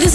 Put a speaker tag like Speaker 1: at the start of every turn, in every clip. Speaker 1: this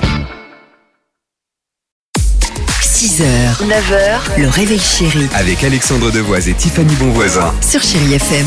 Speaker 2: 6h, 9h, le réveil chéri
Speaker 3: avec Alexandre Devoise et Tiffany Bonvoisin.
Speaker 2: sur Chérie FM.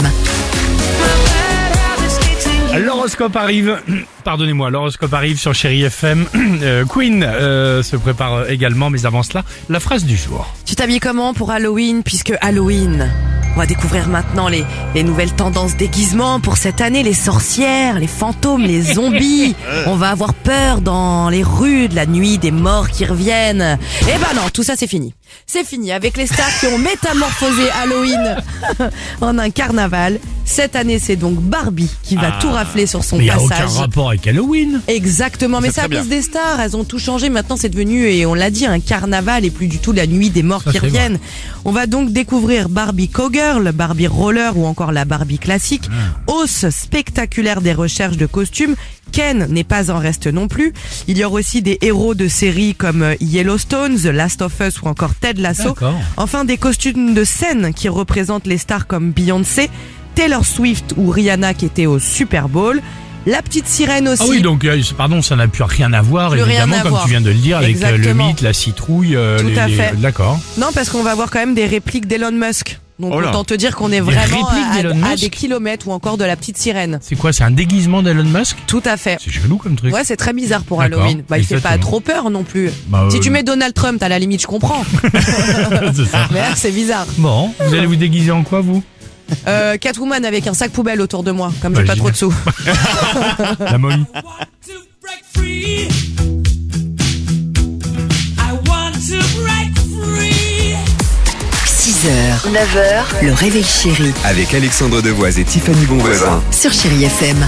Speaker 4: L'horoscope arrive, pardonnez-moi, l'horoscope arrive sur Chéri FM. Euh, Queen euh, se prépare euh, également, mais avant cela, la phrase du jour.
Speaker 2: Tu t'habilles comment pour Halloween Puisque Halloween, on va découvrir maintenant les, les nouvelles tendances déguisement pour cette année, les sorcières, les fantômes, les zombies. On va avoir peur dans les rues de la nuit, des morts qui reviennent. Eh ben non, tout ça c'est fini. C'est fini avec les stars qui ont métamorphosé Halloween en un carnaval. Cette année, c'est donc Barbie qui va
Speaker 4: Ah.
Speaker 2: tout rafler sur son
Speaker 4: Mais il n'y a aucun
Speaker 2: passage.
Speaker 4: rapport avec Halloween.
Speaker 2: Exactement, mais
Speaker 4: C'est
Speaker 2: c'est à
Speaker 4: très
Speaker 2: cause des stars. Elles ont tout changé. Maintenant, c'est devenu, et on l'a dit, un carnaval et plus du tout la nuit des morts
Speaker 4: Ça,
Speaker 2: qui
Speaker 4: c'est
Speaker 2: reviennent. On va donc découvrir Barbie Cowgirl, Barbie Roller ou encore la Barbie classique.
Speaker 4: Ah.
Speaker 2: Hausse spectaculaire des recherches de costumes. Ken n'est pas en reste non plus. Il y aura aussi des héros de séries comme euh, Yellowstone, The Last of Us ou encore Ted Lasso.
Speaker 4: D'accord.
Speaker 2: Enfin, des costumes de scène qui représentent les stars comme Beyoncé, Taylor Swift ou Rihanna qui étaient au Super Bowl. La petite sirène aussi.
Speaker 4: Ah oui, donc, euh, pardon, ça n'a plus rien à voir,
Speaker 2: Plus rien
Speaker 4: évidemment,
Speaker 2: à
Speaker 4: comme
Speaker 2: voir.
Speaker 4: tu viens de le dire, avec euh, le
Speaker 2: Exactement.
Speaker 4: mythe, la citrouille. euh,
Speaker 2: Tout
Speaker 4: les-
Speaker 2: à
Speaker 4: les-
Speaker 2: fait.
Speaker 4: D'accord.
Speaker 2: Non, parce qu'on va voir quand même des répliques d'Elon Musk. Donc
Speaker 4: Oh là.
Speaker 2: autant te dire qu'on est
Speaker 4: Des
Speaker 2: vraiment
Speaker 4: répliques
Speaker 2: à,
Speaker 4: d'Elon
Speaker 2: à
Speaker 4: Musk
Speaker 2: des kilomètres ou encore de la petite sirène.
Speaker 4: C'est quoi C'est un déguisement d'Elon Musk
Speaker 2: Tout à fait.
Speaker 4: C'est chelou comme truc.
Speaker 2: Ouais, c'est très bizarre pour
Speaker 4: D'accord.
Speaker 2: Halloween. Bah, il fait pas
Speaker 4: Exactement.
Speaker 2: trop peur non plus.
Speaker 4: Bah,
Speaker 2: si
Speaker 4: euh,
Speaker 2: tu mets Donald Trump, à la limite, je comprends.
Speaker 4: C'est ça.
Speaker 2: Mais là, c'est bizarre.
Speaker 4: Bon, vous allez vous déguiser en quoi, vous
Speaker 2: Euh, Catwoman avec un sac poubelle autour de moi, comme j'ai
Speaker 4: Bah,
Speaker 2: pas trop de sous.
Speaker 4: La momie
Speaker 5: to break free. I want to break free.
Speaker 2: 6h,
Speaker 6: 9h,
Speaker 2: le réveil chéri
Speaker 3: Avec Alexandre Devoise et Tiffany Bonvoisin.
Speaker 2: sur Chéri FM.